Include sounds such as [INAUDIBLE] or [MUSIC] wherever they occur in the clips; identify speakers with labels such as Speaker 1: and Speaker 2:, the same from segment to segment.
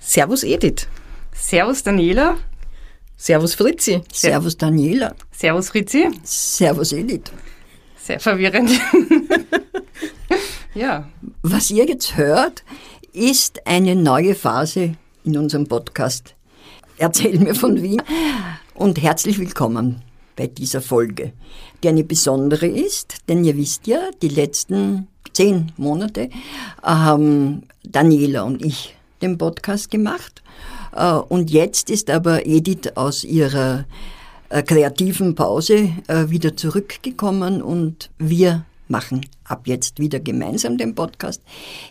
Speaker 1: Servus Edith.
Speaker 2: Servus Daniela.
Speaker 1: Servus Fritzi.
Speaker 3: Servus Daniela.
Speaker 2: Servus Fritzi.
Speaker 3: Servus Edith.
Speaker 2: Sehr verwirrend. [LAUGHS] ja,
Speaker 3: Was ihr jetzt hört, ist eine neue Phase in unserem Podcast. Erzähl mir von Wien und herzlich willkommen bei dieser Folge, die eine besondere ist, denn ihr wisst ja, die letzten zehn Monate haben Daniela und ich den Podcast gemacht äh, und jetzt ist aber Edith aus ihrer äh, kreativen Pause äh, wieder zurückgekommen und wir machen ab jetzt wieder gemeinsam den Podcast.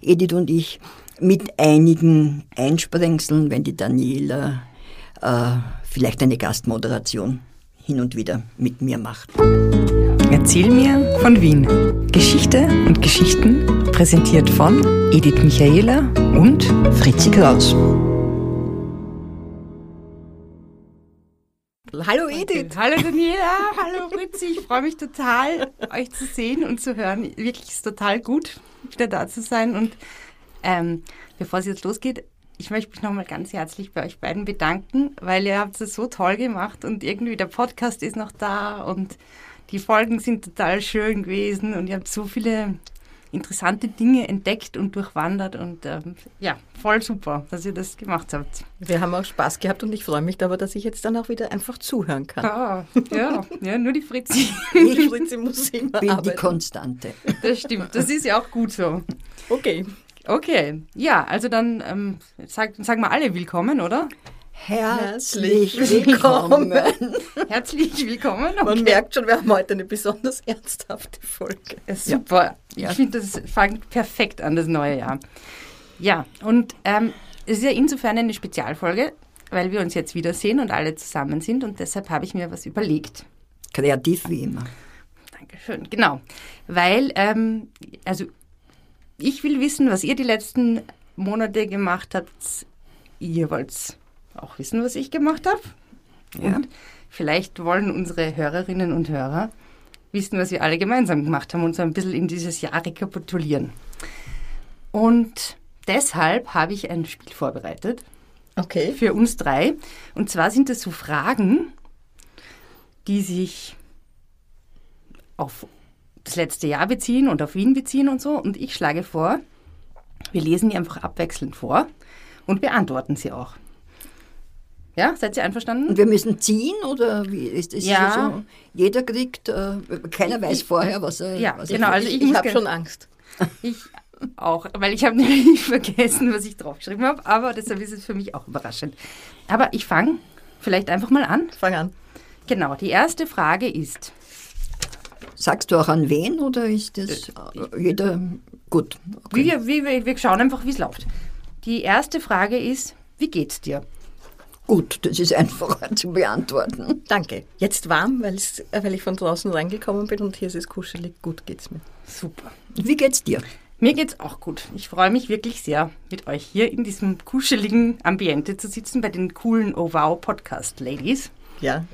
Speaker 3: Edith und ich mit einigen Einsprengseln, wenn die Daniela äh, vielleicht eine Gastmoderation hin und wieder mit mir macht.
Speaker 4: Erzähl mir von Wien. Geschichte und Geschichten präsentiert von Edith Michaela und Fritzi Kraus.
Speaker 1: Hallo Edith.
Speaker 2: Hallo Daniela, hallo Fritzi, ich freue mich total, euch zu sehen und zu hören. Wirklich ist total gut, wieder da zu sein. Und ähm, bevor es jetzt losgeht, ich möchte mich nochmal ganz herzlich bei euch beiden bedanken, weil ihr habt es so toll gemacht und irgendwie der Podcast ist noch da und die Folgen sind total schön gewesen und ihr habt so viele interessante Dinge entdeckt und durchwandert und ähm, ja, voll super, dass ihr das gemacht habt.
Speaker 1: Wir haben auch Spaß gehabt und ich freue mich aber, dass ich jetzt dann auch wieder einfach zuhören
Speaker 4: [LAUGHS]
Speaker 1: kann.
Speaker 2: Ah, ja, ja, nur die [LAUGHS] Fritzi.
Speaker 1: Ich Fritzi muss immer
Speaker 3: Bin die
Speaker 1: arbeiten.
Speaker 3: Konstante.
Speaker 2: Das stimmt, das ist ja auch gut so.
Speaker 1: Okay.
Speaker 2: Okay, ja, also dann ähm, sag- sagen wir alle willkommen, oder?
Speaker 3: Herzlich willkommen.
Speaker 2: Herzlich willkommen.
Speaker 1: Man
Speaker 2: Okay.
Speaker 1: merkt schon, wir haben heute eine besonders ernsthafte Folge.
Speaker 2: Äh, Super. Ich finde, das fängt perfekt an, das neue Jahr. Ja, und ähm, es ist ja insofern eine Spezialfolge, weil wir uns jetzt wiedersehen und alle zusammen sind und deshalb habe ich mir was überlegt.
Speaker 3: Kreativ wie immer.
Speaker 2: Dankeschön, genau. Weil, ähm, also ich will wissen, was ihr die letzten Monate gemacht habt. Ihr wollt auch wissen, was ich gemacht habe. Und vielleicht wollen unsere Hörerinnen und Hörer wissen, was wir alle gemeinsam gemacht haben und so ein bisschen in dieses Jahr rekapitulieren. Und deshalb habe ich ein Spiel vorbereitet
Speaker 1: Okay.
Speaker 2: für uns drei. Und zwar sind das so Fragen, die sich auf das letzte Jahr beziehen und auf Wien beziehen und so. Und ich schlage vor, wir lesen die einfach abwechselnd vor und beantworten sie auch. Ja, seid ihr einverstanden?
Speaker 3: [LAUGHS] Und wir müssen ziehen oder wie ist es
Speaker 2: Ja.
Speaker 3: so? Jeder kriegt, äh, keiner weiß vorher, was er.
Speaker 2: Ja,
Speaker 3: was
Speaker 2: genau,
Speaker 3: Er
Speaker 2: also ich,
Speaker 1: Ich,
Speaker 2: muss
Speaker 1: habe
Speaker 2: ge-
Speaker 1: schon Angst.
Speaker 2: Ich auch, weil ich habe [LAUGHS] nämlich vergessen, was ich draufgeschrieben habe, aber deshalb ist es für mich auch überraschend. Aber ich fange vielleicht einfach mal an.
Speaker 1: Fang an.
Speaker 2: Genau, die erste Frage ist,
Speaker 3: Sagst du auch an wen oder ist das äh, jeder gut?
Speaker 2: Wie wir, wie wir, wir schauen einfach, wie es läuft. Die erste Frage ist, wie geht's dir?
Speaker 3: Gut, das ist einfacher [LAUGHS] zu beantworten.
Speaker 1: Danke. Jetzt warm, weil's- äh, weil ich von draußen reingekommen bin und hier ist es kuschelig. Gut geht's mir.
Speaker 2: Super.
Speaker 3: Wie geht's dir?
Speaker 2: Mir geht's auch gut. Ich freue mich wirklich sehr, mit euch hier in diesem kuscheligen Ambiente zu sitzen bei den coolen Oh Wow Podcast Ladies
Speaker 1: Ja.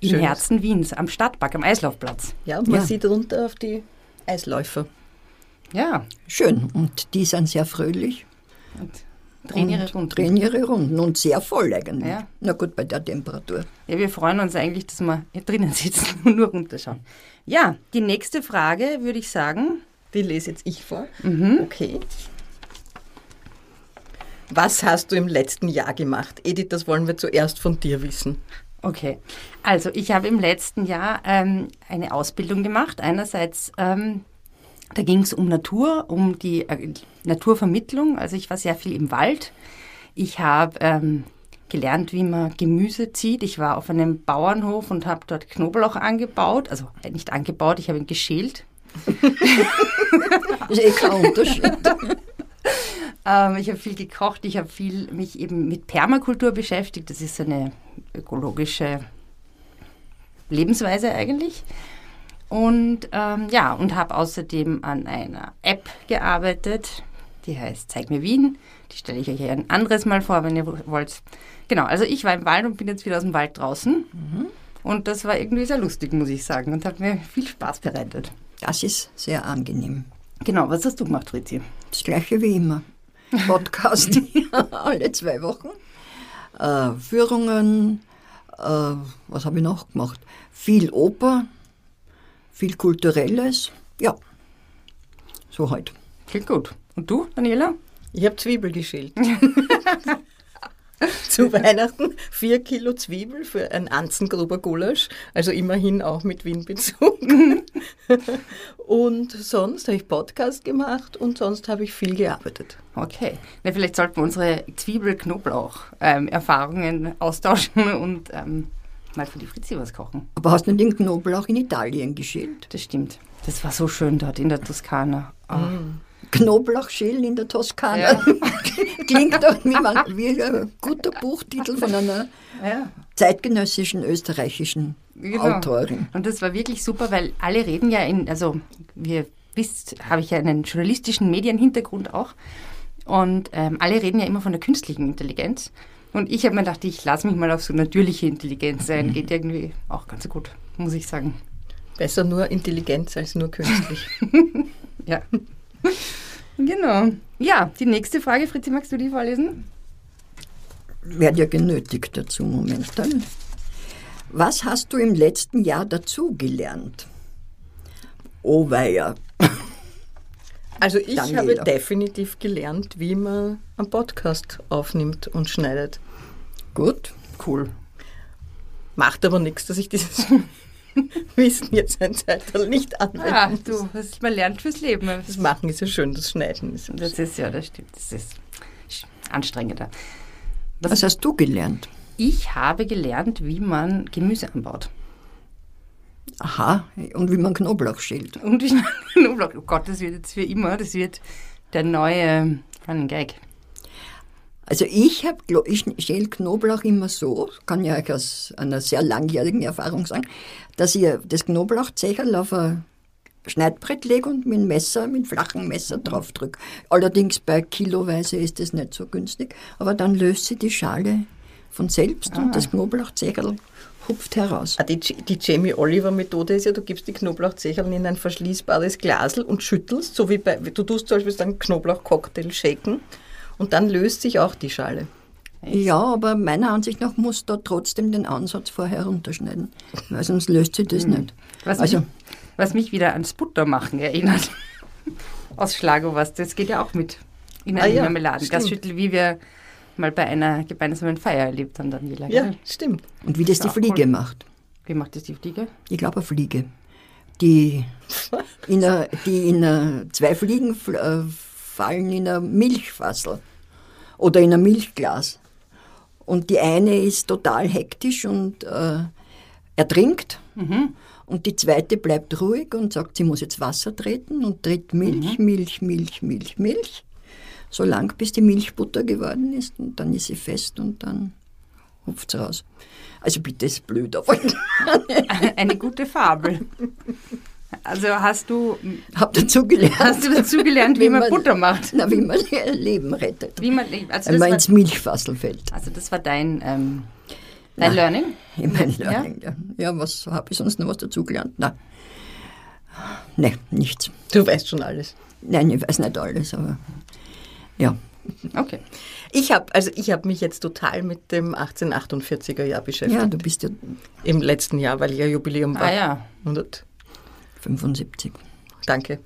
Speaker 2: im
Speaker 1: Schön.
Speaker 2: Herzen Wiens am Stadtpark am Eislaufplatz.
Speaker 1: Ja, und man
Speaker 3: Ja.
Speaker 1: sieht runter auf die Eisläufer.
Speaker 2: Ja,
Speaker 3: Schön. Und die sind sehr fröhlich
Speaker 2: und drehen ihre
Speaker 3: und
Speaker 2: Runden.
Speaker 3: drehen ihre Runden und sehr voll eigentlich.
Speaker 2: Ja.
Speaker 3: Na gut, bei der Temperatur.
Speaker 2: Ja, wir freuen uns eigentlich, dass wir hier drinnen [LAUGHS] sitzen und nur runterschauen. Ja, die nächste Frage würde ich sagen,
Speaker 1: Die lese jetzt ich vor. Okay. Was hast du im letzten Jahr gemacht? Edith, das wollen wir zuerst von dir wissen.
Speaker 2: Okay, also ich habe im letzten Jahr ähm, eine Ausbildung gemacht. Einerseits, ähm, da ging es um Natur, um die äh, Naturvermittlung. Also ich war sehr viel im Wald. Ich habe ähm, gelernt, wie man Gemüse zieht. Ich war auf einem Bauernhof und habe dort Knoblauch angebaut. Also äh, nicht angebaut, ich habe ihn geschält.
Speaker 3: Ist eh kein Unterschied.
Speaker 2: [LAUGHS] Ähm, ich habe viel gekocht, ich habe viel mich eben mit Permakultur beschäftigt. Das ist so eine ökologische Lebensweise eigentlich. Und ähm, ja, und habe außerdem an einer App gearbeitet, die heißt Zeig mir Wien. Die stelle ich euch ein anderes Mal vor, wenn ihr wo- wollt. Genau, also ich war im Wald und bin jetzt wieder aus dem Wald draußen. Und das war irgendwie sehr lustig, muss ich sagen, und hat mir viel Spaß bereitet.
Speaker 3: Das ist sehr angenehm.
Speaker 2: Genau, was hast du gemacht, Fritzi?
Speaker 3: Das gleiche wie immer. Podcast [LAUGHS] alle zwei Wochen. Äh, Führungen, äh, was habe ich noch gemacht? Viel Oper, viel Kulturelles. Ja, so halt.
Speaker 2: Klingt gut. Und du, Daniela?
Speaker 1: Ich habe Zwiebel geschält. Zu Weihnachten vier Kilo Zwiebel für ein Anzengruber Gulasch, also immerhin auch mit Wien-Bezug. und sonst habe ich Podcast gemacht und sonst habe ich viel gearbeitet.
Speaker 2: Okay. Na, vielleicht sollten wir unsere Zwiebel-Knoblauch-Erfahrungen austauschen [LAUGHS] und ähm, mal für die Fritzi was kochen.
Speaker 3: Aber hast du nicht den Knoblauch in Italien geschält?
Speaker 2: Das stimmt. Das war so schön dort in der Toskana. Ah.
Speaker 3: Knoblauchschälen in der Toskana.
Speaker 2: Ja.
Speaker 3: [LAUGHS] Klingt doch wie, man, wie ein guter Buchtitel von einer
Speaker 2: Ja.
Speaker 3: zeitgenössischen österreichischen
Speaker 2: Genau.
Speaker 3: Autorin.
Speaker 2: Und das war wirklich super, weil alle reden ja in, also wie ihr wisst, habe ich ja einen journalistischen Medienhintergrund auch. Und ähm, alle reden ja immer von der künstlichen Intelligenz. Und ich habe mir gedacht, ich lasse mich mal auf so natürliche Intelligenz ein. Geht irgendwie auch ganz gut, muss ich sagen.
Speaker 1: Besser nur Intelligenz als nur künstlich.
Speaker 2: Ja. [LAUGHS] genau. Ja, die nächste Frage, Fritzi, magst du die vorlesen?
Speaker 3: Werde ja genötigt dazu momentan. Was hast du im letzten Jahr dazugelernt? Oh weia.
Speaker 1: Also ich
Speaker 3: Daniela.
Speaker 1: habe definitiv gelernt, wie man einen Podcast aufnimmt und schneidet.
Speaker 3: Gut.
Speaker 2: Cool.
Speaker 1: Macht aber nichts, dass ich dieses [LAUGHS] Wissen jetzt ein Zeitalter nicht anwende.
Speaker 2: Ja, Ah, du, was man lernt fürs Leben.
Speaker 1: Das Machen ist ja schön, das Schneiden ist.
Speaker 2: Das ist ja, das stimmt. Das ist sch- anstrengender.
Speaker 3: Was hast du gelernt?
Speaker 2: Ich habe gelernt, wie man Gemüse anbaut.
Speaker 3: Aha, und wie man Knoblauch schält.
Speaker 2: Und [LAUGHS] ich Knoblauch. Oh Gott, das wird jetzt für immer, das wird der neue Running Gag.
Speaker 3: Also ich, hab, glo- ich schäle Knoblauch immer so, kann ja euch aus einer sehr langjährigen Erfahrung sagen, dass ich das Knoblauchzecherl auf ein Schneidbrett lege und mit dem Messer, mit dem flachen Messer drauf drücke. Allerdings bei Kiloweise ist das nicht so günstig, aber dann löst sie die Schale von selbst und das Knoblauchzecherl hupft heraus.
Speaker 1: Ah, Die, J- die Jamie Oliver Methode ist ja, du gibst die Knoblauchzecheln in ein verschließbares Glasel und schüttelst, so wie bei, du tust zum Beispiel dann Knoblauchcocktail shaken und dann löst sich auch die Schale.
Speaker 3: Ja, aber meiner Ansicht nach muss da trotzdem den Ansatz vorher runterschneiden, weil sonst löst sie das nicht.
Speaker 2: Was,
Speaker 3: Also-
Speaker 2: mich, was mich wieder ans Buttermachen erinnert. [LAUGHS] Aus Schlago was, das geht ja auch mit in
Speaker 1: Ah
Speaker 2: eine
Speaker 1: ja,
Speaker 2: Marmeladen.
Speaker 1: stimmt.
Speaker 2: Marmeladengasschüttel, wie wir mal bei einer gemeinsamen Feier erlebt haben, Daniela.
Speaker 1: Ja,
Speaker 2: gell?
Speaker 1: stimmt.
Speaker 3: Und wie das die
Speaker 2: Ja, cool.
Speaker 3: Fliege macht.
Speaker 2: Wie macht das die Fliege? [LAUGHS]
Speaker 3: Ich glaube, eine Fliege. Die in, a, die in a, zwei Fliegen fl äh, fallen in ein Milchfassel oder in ein Milchglas. Und die eine ist total hektisch und äh, ertrinkt. Und die zweite bleibt ruhig und sagt, sie muss jetzt Wasser treten und tritt Milch, Milch, Milch, Milch, Milch. So lang, bis die Milch Butter geworden ist und dann ist sie fest und dann hupft sie raus. Also bitte, ist blöd, aber [LAUGHS]
Speaker 2: Eine gute Fabel. Also hast du,
Speaker 3: Hab dazu gelernt.
Speaker 2: hast du dazugelernt, wie, man Butter macht?
Speaker 3: [LAUGHS] Na, wie man ihr Leben rettet.
Speaker 2: Wie man, also, das
Speaker 3: Wenn man
Speaker 2: war,
Speaker 3: ins Milchfassel fällt.
Speaker 2: also das war dein, ähm, dein Learning?
Speaker 3: Ich mein, Learning, ja. ja, was habe ich sonst noch was dazu gelernt? Nein. Nein, nichts.
Speaker 1: Du weißt schon alles.
Speaker 3: Nein, ich weiß nicht alles, aber ja.
Speaker 2: Okay.
Speaker 1: Ich habe also ich habe mich jetzt total mit dem 1848er Jahr beschäftigt
Speaker 3: Ja, du bist ja
Speaker 1: im letzten Jahr, weil ja Jubiläum war.
Speaker 2: Ah ja.
Speaker 1: 100.
Speaker 3: 75.
Speaker 1: Danke.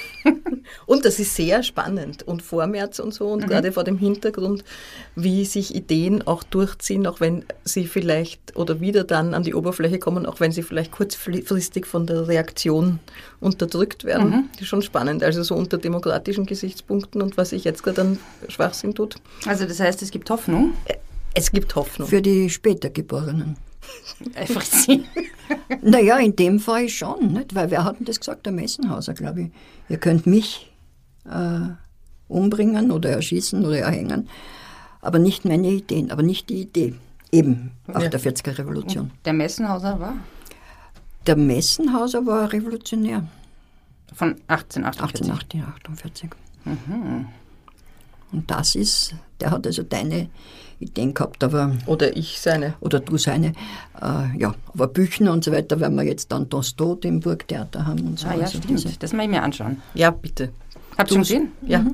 Speaker 1: [LAUGHS] und das ist sehr spannend und Vormärz und so und
Speaker 2: Mhm.
Speaker 1: gerade vor dem Hintergrund, wie sich Ideen auch durchziehen, auch wenn sie vielleicht oder wieder dann an die Oberfläche kommen, auch wenn sie vielleicht kurzfristig von der Reaktion unterdrückt werden.
Speaker 2: Mhm.
Speaker 1: Das ist schon spannend, also so unter demokratischen Gesichtspunkten und was sich jetzt gerade an Schwachsinn tut.
Speaker 2: Also das heißt, es gibt Hoffnung.
Speaker 1: Es gibt Hoffnung.
Speaker 3: Für die später Geborenen.
Speaker 2: Einfach sie.
Speaker 3: Naja, in dem Fall schon, nicht? weil wer hat denn das gesagt? Der Messenhauser, glaube ich. Ihr könnt mich äh, umbringen oder erschießen oder erhängen, aber nicht meine Ideen, aber nicht die Idee. Eben, 48er Revolution.
Speaker 2: Der Messenhauser war
Speaker 3: Der Messenhauser war revolutionär,
Speaker 2: von 1848.
Speaker 3: 1848.
Speaker 2: Mhm.
Speaker 3: Und das ist, der hat also deine Ideen gehabt, aber
Speaker 1: Oder ich seine.
Speaker 3: oder du seine, äh, ja, aber Büchner und so weiter werden wir jetzt dann Dostot im Burgtheater haben und so.
Speaker 2: Ah ja,
Speaker 3: also diese-
Speaker 2: stimmt. Das muss ich mir anschauen.
Speaker 1: Ja, bitte.
Speaker 2: Mhm. Habt ihr schon gesehen?
Speaker 1: Ja.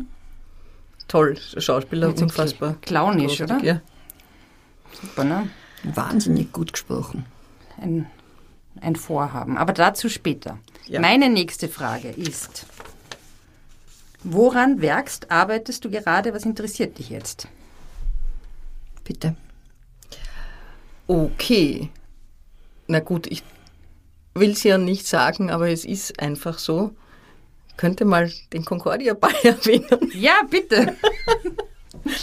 Speaker 1: toll, Schauspieler,
Speaker 2: Wirklich.
Speaker 1: unfassbar.
Speaker 2: Clownisch, oder?
Speaker 1: Ja.
Speaker 2: Super, ne?
Speaker 3: Wahnsinnig gut gesprochen.
Speaker 2: Ein, ein Vorhaben. Aber dazu später.
Speaker 1: Ja.
Speaker 2: Meine nächste Frage ist, woran werkst, arbeitest du gerade? Was interessiert dich jetzt?
Speaker 3: Bitte.
Speaker 1: Okay. Na gut, ich will es ja nicht sagen, aber es ist einfach so. Könnte mal den Concordia-Ball [LAUGHS] erwähnen.
Speaker 2: Ja, bitte.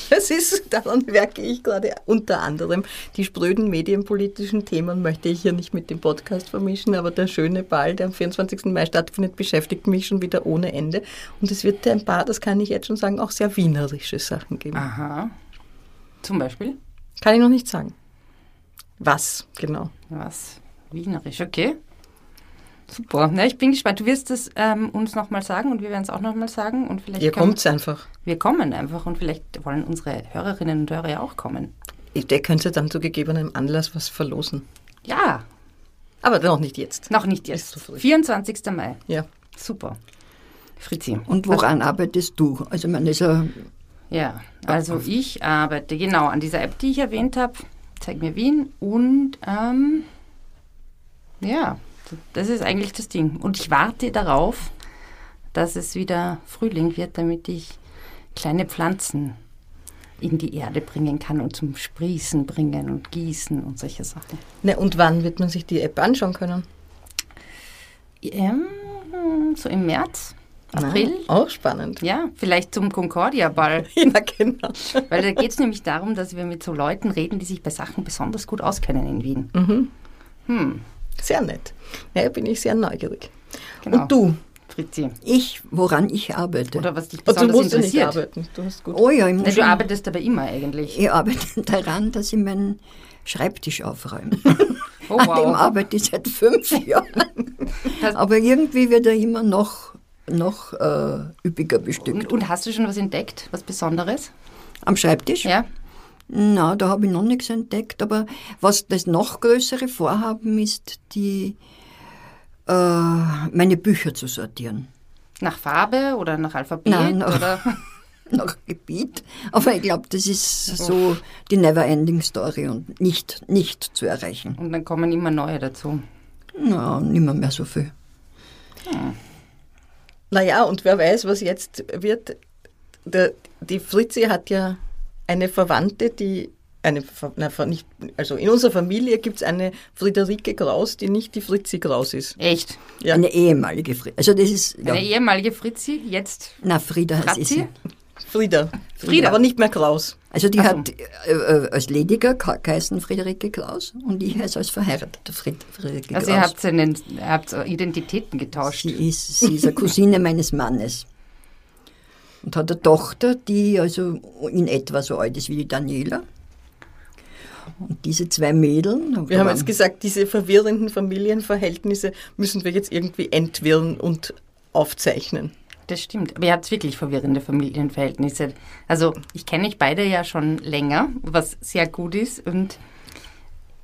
Speaker 1: Das ist, daran werke ich gerade unter anderem. Die spröden medienpolitischen Themen möchte ich hier nicht mit dem Podcast vermischen, aber der schöne Ball, der am 24. Mai stattfindet, beschäftigt mich schon wieder ohne Ende. Und es wird ein paar, das kann ich jetzt schon sagen, auch sehr wienerische Sachen geben.
Speaker 2: Aha. Zum Beispiel?
Speaker 1: Kann ich noch nicht sagen. Was, genau.
Speaker 2: Was? Wienerisch, okay. Super. Na, ich bin gespannt. Du wirst es ähm, uns nochmal sagen und wir werden es auch nochmal sagen. Und vielleicht
Speaker 1: Ihr
Speaker 2: können-
Speaker 1: kommt's einfach.
Speaker 2: Wir kommen einfach und vielleicht wollen unsere Hörerinnen und Hörer ja auch kommen.
Speaker 1: Der könnte dann zu gegebenem Anlass was verlosen.
Speaker 2: Ja,
Speaker 1: Aber noch nicht jetzt.
Speaker 2: noch nicht
Speaker 1: Ist zu
Speaker 2: jetzt.
Speaker 1: früh.
Speaker 2: 24. Mai.
Speaker 1: Ja.
Speaker 2: Super. Fritzi.
Speaker 3: Und woran arbeitest du? Also, ich meine, ist ja
Speaker 2: Ja, also ich arbeite genau an dieser App, die ich erwähnt habe. Zeig mir Wien. Und ähm, ja, das ist eigentlich das Ding. Und ich warte darauf, dass es wieder Frühling wird, damit ich kleine Pflanzen in die Erde bringen kann und zum Sprießen bringen und gießen und solche Sachen.
Speaker 1: Ne, und wann wird man sich die App anschauen können?
Speaker 2: Ähm, so im März,
Speaker 1: Na,
Speaker 2: April.
Speaker 1: auch Oh, spannend. [LAUGHS]
Speaker 2: Ja, vielleicht zum Concordia-Ball.
Speaker 1: Ja, genau.
Speaker 2: Weil da geht es nämlich darum, dass wir mit so Leuten reden, die sich bei Sachen besonders gut auskennen in Wien.
Speaker 1: Mhm.
Speaker 2: Hm,
Speaker 1: Sehr nett. Naja, bin ich sehr neugierig.
Speaker 2: Genau.
Speaker 1: Und du?
Speaker 2: Fritzi.
Speaker 3: ich, woran ich arbeite.
Speaker 2: Oder was dich
Speaker 1: Und du
Speaker 2: besonders
Speaker 1: musst ja nicht
Speaker 2: interessiert.
Speaker 1: arbeiten. Du hast gut.
Speaker 3: oh ja, ich muss.
Speaker 2: Nein, du
Speaker 3: schon-
Speaker 2: arbeitest aber immer eigentlich.
Speaker 3: Ich arbeite [LAUGHS] daran, dass ich meinen Schreibtisch aufräume.
Speaker 2: [LAUGHS] Oh
Speaker 3: An dem
Speaker 2: wow.
Speaker 3: arbeite ich seit
Speaker 2: [LAUGHS]
Speaker 3: fünf Jahren.
Speaker 2: Das-
Speaker 3: Aber irgendwie wird er immer noch, noch äh, üppiger
Speaker 2: Und,
Speaker 3: bestückt.
Speaker 2: und hast du schon was entdeckt? Was Besonderes?
Speaker 3: Am Schreibtisch?
Speaker 2: Ja?
Speaker 3: Na, da habe ich noch nichts entdeckt. Aber was das noch größere Vorhaben ist, die, äh, meine Bücher
Speaker 2: [LAUGHS]
Speaker 3: zu sortieren.
Speaker 2: Nach Farbe oder nach Alphabet?
Speaker 3: Nein, aber-
Speaker 2: oder?
Speaker 3: Nach Gebiet. Aber ich glaube, das ist so die Never-Ending Story und nicht, nicht zu erreichen.
Speaker 2: Und dann kommen immer neue dazu.
Speaker 3: Na, nimmer mehr so viel.
Speaker 2: Hm.
Speaker 1: Naja, und wer weiß, was jetzt wird. Der, die Fritzi hat ja eine Verwandte, die. Eine, Ver- na, Ver- nicht, also in unserer Familie gibt es eine Friederike Kraus, die nicht die Fritzi Kraus ist.
Speaker 2: Echt?
Speaker 1: Ja.
Speaker 3: Eine ehemalige Frieda. Also das ist. Ja,
Speaker 2: Eine e- ehemalige Fritzi, jetzt
Speaker 3: na, Frieda heißt
Speaker 2: Fratzi?
Speaker 3: sie.
Speaker 1: Frieda.
Speaker 2: Frieda.
Speaker 1: Aber nicht mehr Kraus.
Speaker 3: Also die
Speaker 2: Ach so.
Speaker 3: hat äh, äh, als lediger ge- geheißen Friederike Klaus und ich heiße als verheirateter Fried Friederike
Speaker 2: Also
Speaker 3: Klaus.
Speaker 2: ihr habt, einen, ihr habt Identitäten getauscht.
Speaker 3: sie, ist, sie ist eine Cousine meines Mannes und hat eine Tochter, die also in etwa so alt ist wie die Daniela. Und diese zwei Mädeln,
Speaker 1: Wir haben jetzt gesagt, diese verwirrenden Familienverhältnisse müssen wir jetzt irgendwie entwirren und aufzeichnen.
Speaker 2: Das stimmt. Aber ihr habt wirklich verwirrende Familienverhältnisse. Also ich kenne euch beide ja schon länger, was sehr gut ist. Und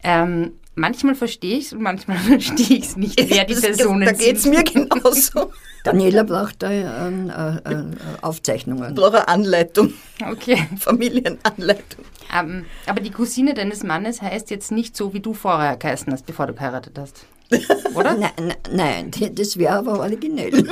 Speaker 2: ähm, manchmal verstehe ich es und manchmal [LAUGHS] verstehe ich es nicht, wer die
Speaker 1: Das-
Speaker 2: Personen
Speaker 1: Da geht es
Speaker 2: sind.
Speaker 1: mir genauso.
Speaker 3: Daniela braucht da ähm, äh, äh, Aufzeichnungen.
Speaker 1: brauche eine Anleitung,
Speaker 2: Okay.
Speaker 1: Familienanleitung.
Speaker 2: Ähm, aber die Cousine deines Mannes heißt jetzt nicht so, wie du vorher geheißen hast, bevor du geheiratet hast. Oder?
Speaker 3: Nein, nein, Ne, nein, d- das wäre aber originell.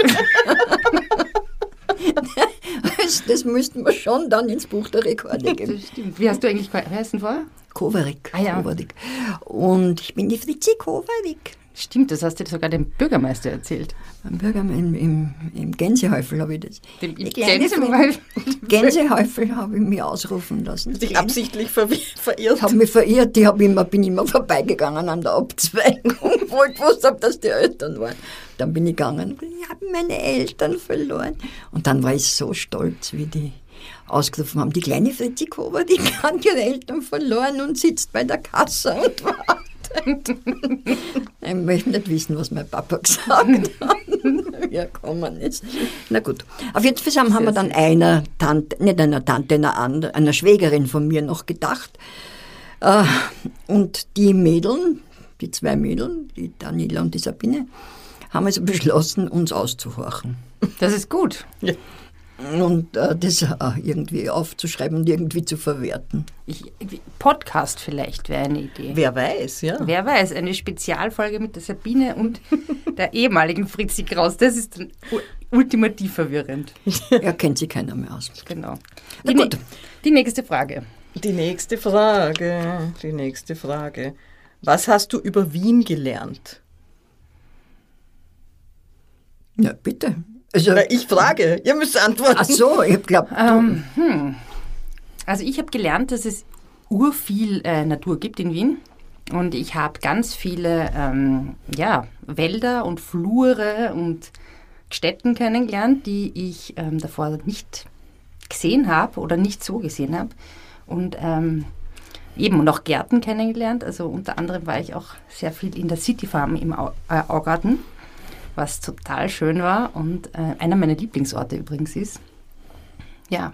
Speaker 3: Also das müssten wir schon dann ins Buch der Rekorde geben.
Speaker 2: Das stimmt. Wie hast du eigentlich geheißen vorher?
Speaker 3: Kovarik.
Speaker 2: Ah ja.
Speaker 3: Kovarik. Und ich bin die Fritzi Kovarik.
Speaker 2: Stimmt, das hast du sogar dem Bürgermeister erzählt.
Speaker 3: Am Bürgermeister im, im, im Gänsehäufel habe ich das.
Speaker 2: Dem
Speaker 3: Die kleine
Speaker 2: Gänsehäufel.
Speaker 3: Fritzi- Gänsehäufel habe ich mir ausrufen lassen.
Speaker 1: Sich absichtlich verwir- verirrt.
Speaker 3: Ich habe mich verirrt, ich hab immer, bin immer [LAUGHS] vorbeigegangen an der Abzweigung, [LAUGHS] wo ich gewusst habe, dass die Eltern waren. Dann bin ich gegangen, ich habe meine Eltern verloren. Und dann war ich so stolz, wie die ausgerufen haben, die kleine Fritzi Kober, die [LAUGHS] hat ihre Eltern verloren und sitzt bei der Kasse und wartet. [LAUGHS] ich möchte nicht wissen, was mein Papa gesagt hat, [LAUGHS] wie er gekommen ist. Na gut, auf jeden Fall haben wir dann einer Tante, nicht einer Tante, einer, anderen, einer Schwägerin von mir noch gedacht, Ah, und die Mädeln, die zwei Mädeln, die Daniela und die Sabine, haben also beschlossen, uns auszuhorchen.
Speaker 2: Das ist gut.
Speaker 1: Ja.
Speaker 3: und äh, das äh, irgendwie aufzuschreiben und irgendwie zu verwerten.
Speaker 2: Ich, Podcast vielleicht wäre eine Idee.
Speaker 1: Wer weiß, ja.
Speaker 2: Wer weiß, eine Spezialfolge mit der Sabine und der ehemaligen Fritzi Kraus. Das ist dann u- ultimativ verwirrend.
Speaker 3: Ja, kennt sie keiner mehr aus.
Speaker 2: Genau.
Speaker 3: Na
Speaker 2: Die,
Speaker 3: gut.
Speaker 2: nä- die nächste Frage.
Speaker 1: Die nächste Frage, die nächste Frage. Was hast du über Wien gelernt?
Speaker 3: Ja, bitte. Also,
Speaker 1: Na, ich frage, ihr müsst antworten.
Speaker 3: ach so, ich glaube,
Speaker 2: Also ich habe gelernt, dass es urviel äh, Natur gibt in Wien. Und ich habe ganz viele ähm, ja, Wälder und Flure und Städten kennengelernt, die ich ähm, davor nicht gesehen habe oder nicht so gesehen habe. Und ähm, eben und auch Gärten kennengelernt. Also unter anderem war ich auch sehr viel in der City Farm im Au äh, Augarten, was total schön war und äh, einer meiner Lieblingsorte übrigens ist. Ja,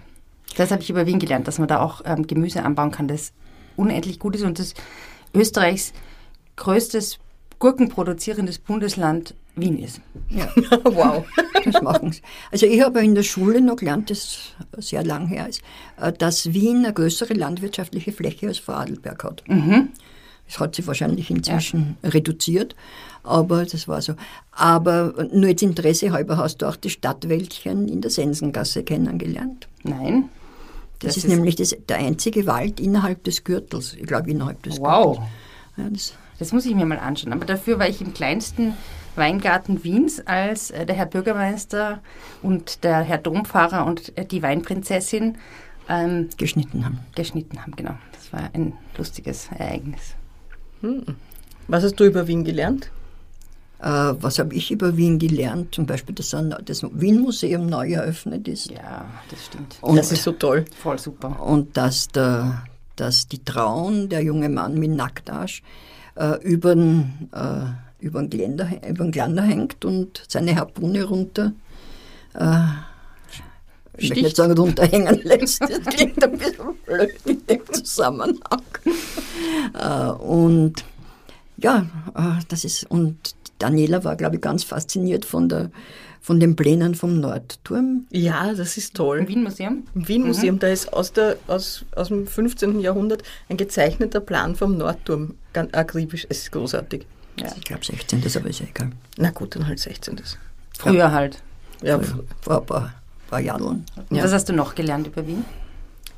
Speaker 2: das habe ich über Wien gelernt, dass man da auch ähm, Gemüse anbauen kann, das unendlich gut ist und das Österreichs größtes gurkenproduzierendes Bundesland Wien ist.
Speaker 3: ja,
Speaker 1: wow.
Speaker 3: das machen sie. Also ich habe in der Schule noch gelernt, das sehr lang her ist, äh, dass Wien eine größere landwirtschaftliche Fläche als Vorarlberg hat.
Speaker 2: Mhm.
Speaker 3: Das hat sie wahrscheinlich inzwischen reduziert, aber das war so. Aber nur jetzt Interesse halber hast du auch das Stadtwäldchen in der Sensengasse kennengelernt.
Speaker 2: Nein.
Speaker 3: Das,
Speaker 2: Das
Speaker 3: ist,
Speaker 2: ist-
Speaker 3: nämlich das, der einzige Wald innerhalb des Gürtels. Ich glaube, innerhalb des
Speaker 2: Wow.
Speaker 3: Gürtels. Ja, das,
Speaker 2: Das muss ich mir mal anschauen. Aber dafür war ich im kleinsten Weingarten Wiens, als äh, der Herr Bürgermeister und der Herr Dompfarrer und äh, die Weinprinzessin ähm,
Speaker 3: geschnitten haben.
Speaker 2: geschnitten haben. Genau. Das war ein lustiges Ereignis.
Speaker 1: Was hast du über Wien gelernt?
Speaker 3: Äh, was habe ich über Wien gelernt? Zum Beispiel, dass ein- das Wien-Museum neu eröffnet ist.
Speaker 2: Ja, das stimmt.
Speaker 3: Und,
Speaker 1: das ist so toll.
Speaker 2: Voll super.
Speaker 3: und dass, der, dass die Traun, der junge Mann mit Nacktarsch, äh, über den äh, übern Geländer, übern Geländer hängt und seine Harpune runter. Äh, ich möchte nicht
Speaker 2: Sticht.
Speaker 3: sagen, runterhängen lässt. Das klingt ein bisschen blöd in dem Zusammenhang. Äh, und ja, äh, das ist, und Daniela war, glaube ich, ganz fasziniert von, der, von den Plänen vom Nordturm.
Speaker 1: Ja, das ist toll.
Speaker 2: Im Wien-Museum?
Speaker 1: Im
Speaker 3: Mhm.
Speaker 1: Wien-Museum, da ist aus, der, aus, aus dem 15. Jahrhundert ein gezeichneter Plan vom Nordturm. Ganz akribisch, es ist großartig.
Speaker 2: Ja.
Speaker 3: Ich glaube, 16, das aber ist ja egal.
Speaker 1: Na gut, dann halt 16.
Speaker 2: Früher halt.
Speaker 1: Ja,
Speaker 3: vor ein paar, paar Jahren.
Speaker 2: Und
Speaker 1: Ja.
Speaker 2: Was hast du noch gelernt über Wien?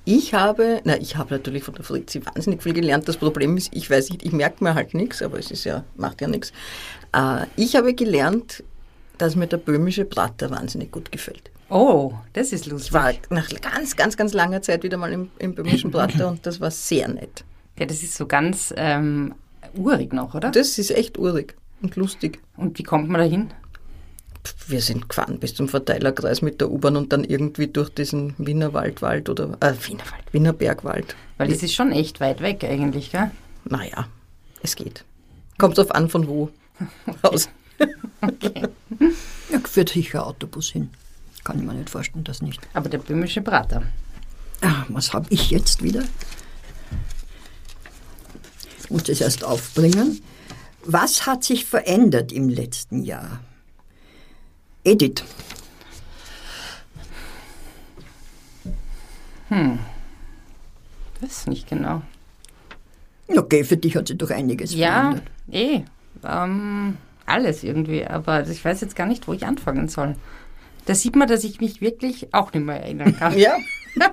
Speaker 1: Ich habe, na, ich habe natürlich von der Fritzi wahnsinnig viel gelernt. Das Problem ist, ich weiß nicht, ich merke mir halt nichts, aber es ist ja, macht ja nichts. Äh, ich habe gelernt, dass mir der böhmische Prater wahnsinnig gut gefällt.
Speaker 2: Oh, das ist
Speaker 1: Ich
Speaker 2: lustig.
Speaker 1: war nach ganz, ganz, ganz langer Zeit wieder mal im, im böhmischen Prater und das war sehr nett.
Speaker 2: Ja, das ist so ganz ähm, urig noch, oder?
Speaker 1: Das ist echt urig und lustig.
Speaker 2: Und wie kommt man da hin?
Speaker 1: Pff, Wir sind gefahren bis zum Verteilerkreis mit der U-Bahn und dann irgendwie durch diesen Wienerwaldwald oder äh, Wienerwald, Wienerbergwald.
Speaker 2: Weil das ist schon echt weit weg eigentlich, gell?
Speaker 1: Naja, es geht. Kommt drauf an, von wo. Aus.
Speaker 3: Ja, führt sicher Autobus hin. Kann ich mir nicht vorstellen, das nicht.
Speaker 2: Aber der böhmische Prater.
Speaker 3: Ah, was habe ich jetzt wieder? Ich muss das erst aufbringen. Was hat sich verändert im letzten Jahr? Edith,
Speaker 2: Das ist nicht genau.
Speaker 3: okay, für dich hat sich doch einiges
Speaker 2: Ja,
Speaker 3: verändert.
Speaker 2: eh. Ähm, alles irgendwie. Aber ich weiß jetzt gar nicht, wo ich anfangen soll. Da sieht man, dass ich mich wirklich auch nicht mehr erinnern kann.
Speaker 1: Ja,
Speaker 2: [LAUGHS]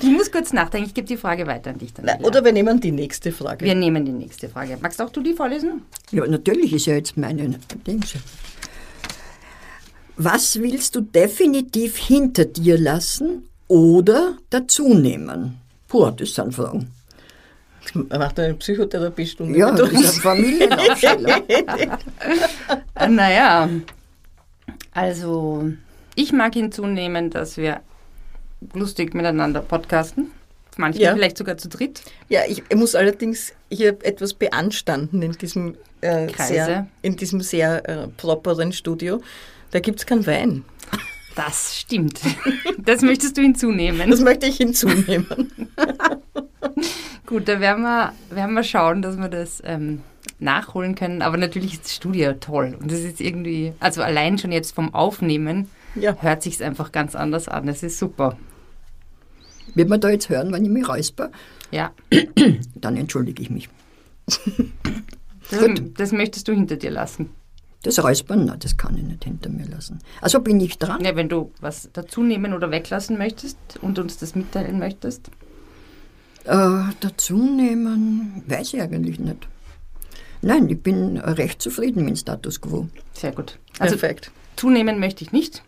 Speaker 2: Ich muss kurz nachdenken. Ich gebe die Frage weiter an dich dann.
Speaker 1: Na, oder wir nehmen die nächste Frage.
Speaker 2: Wir nehmen die nächste Frage. Magst auch du die vorlesen?
Speaker 3: Ja, natürlich ist ja jetzt meine Dings. Was willst du definitiv hinter dir lassen oder dazunehmen? Puh, das sind Fragen.
Speaker 1: Er macht eine Psychotherapiestunde.
Speaker 3: Ja,
Speaker 1: mit
Speaker 3: das
Speaker 1: uns.
Speaker 3: ist eine Familienaufstellung.
Speaker 1: [LAUGHS]
Speaker 2: Äh, Naja, also ich mag hinzunehmen, dass wir lustig miteinander podcasten. Manchmal
Speaker 1: Ja.
Speaker 2: vielleicht sogar zu dritt.
Speaker 1: ja, ich muss allerdings hier etwas beanstanden in diesem äh,
Speaker 2: Kreise.
Speaker 1: sehr, in diesem sehr äh, properen Studio. Da gibt es keinen Wein.
Speaker 2: Das stimmt. [LAUGHS] Das möchtest du hinzunehmen. [LAUGHS]
Speaker 1: Das möchte ich hinzunehmen.
Speaker 2: Gut, da werden wir, werden wir schauen, dass wir das ähm, nachholen können. Aber natürlich ist das Studio toll. Und das ist irgendwie, also allein schon jetzt vom Aufnehmen
Speaker 1: Ja.
Speaker 2: hört sich es einfach ganz anders an. Das ist super.
Speaker 3: Wird man da jetzt hören, wenn ich mich räusper?
Speaker 2: Ja.
Speaker 3: Dann entschuldige ich mich.
Speaker 2: Das, das möchtest du hinter dir lassen.
Speaker 3: Das Räuspern, nein, das kann ich nicht hinter mir lassen. Also bin ich dran.
Speaker 2: Ja, wenn du was dazunehmen oder weglassen möchtest und uns das mitteilen möchtest.
Speaker 3: Äh, dazu nehmen, weiß ich eigentlich nicht. Nein, ich bin recht zufrieden mit dem Status quo.
Speaker 2: Sehr gut. Also
Speaker 1: Perfekt.
Speaker 2: zunehmen möchte ich nicht.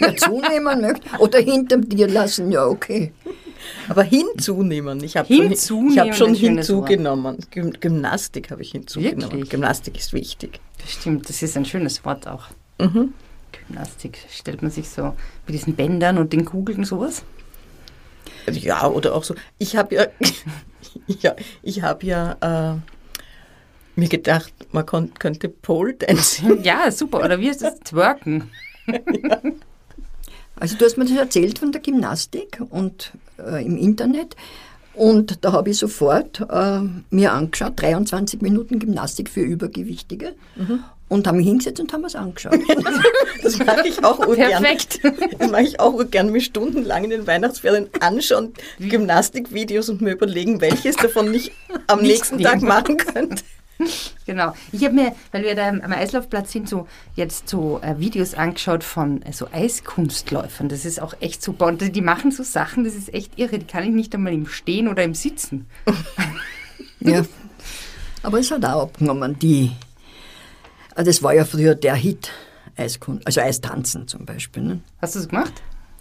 Speaker 3: Dazu nehmen möchte oder hinter dir lassen, ja okay.
Speaker 1: Aber hinzunehmen. Ich habe schon,
Speaker 2: Hinzunehmen,
Speaker 1: ich hab schon
Speaker 2: ein schönes Wort.
Speaker 1: hinzugenommen. Gym- Gymnastik habe ich hinzugenommen.
Speaker 2: Wirklich?
Speaker 1: Gymnastik ist wichtig.
Speaker 2: Das stimmt, das ist ein schönes Wort auch. Gymnastik stellt man sich so mit diesen Bändern und den Kugeln sowas.
Speaker 1: Also Ja, oder auch so. Ich habe ja, [LAUGHS] ja, ich habe ja äh, mir gedacht, man kon- könnte Pole Dancing. [LAUGHS]
Speaker 2: Ja, super. Oder wie ist das? Twerken.
Speaker 3: Also du hast mir das erzählt von der Gymnastik und äh, im Internet. Und da habe ich sofort äh, mir angeschaut, 23 Minuten Gymnastik für Übergewichtige. Und haben mich hingesetzt und haben es angeschaut.
Speaker 1: Das mache ich auch urgern.
Speaker 2: Perfekt.
Speaker 1: Das mache ich auch urgern, mich stundenlang in den Weihnachtsferien anschauen, Gymnastikvideos und mir überlegen, welches davon ich am
Speaker 2: Nichts
Speaker 1: nächsten Tag
Speaker 2: nehmen.
Speaker 1: machen
Speaker 2: [LAUGHS]
Speaker 1: könnte.
Speaker 2: Genau. Ich habe mir, weil wir da am am Eislaufplatz sind, so jetzt so äh, Videos angeschaut von äh, so Eiskunstläufern. Das ist auch echt super. Und die- die machen so Sachen, das ist echt irre. Die kann ich nicht einmal im Stehen oder im Sitzen.
Speaker 3: ja. Aber es hat auch abgenommen, die. Also Das war ja früher der Hit, Eiskun also Eistanzen zum Beispiel. Ne?
Speaker 2: Hast du es gemacht?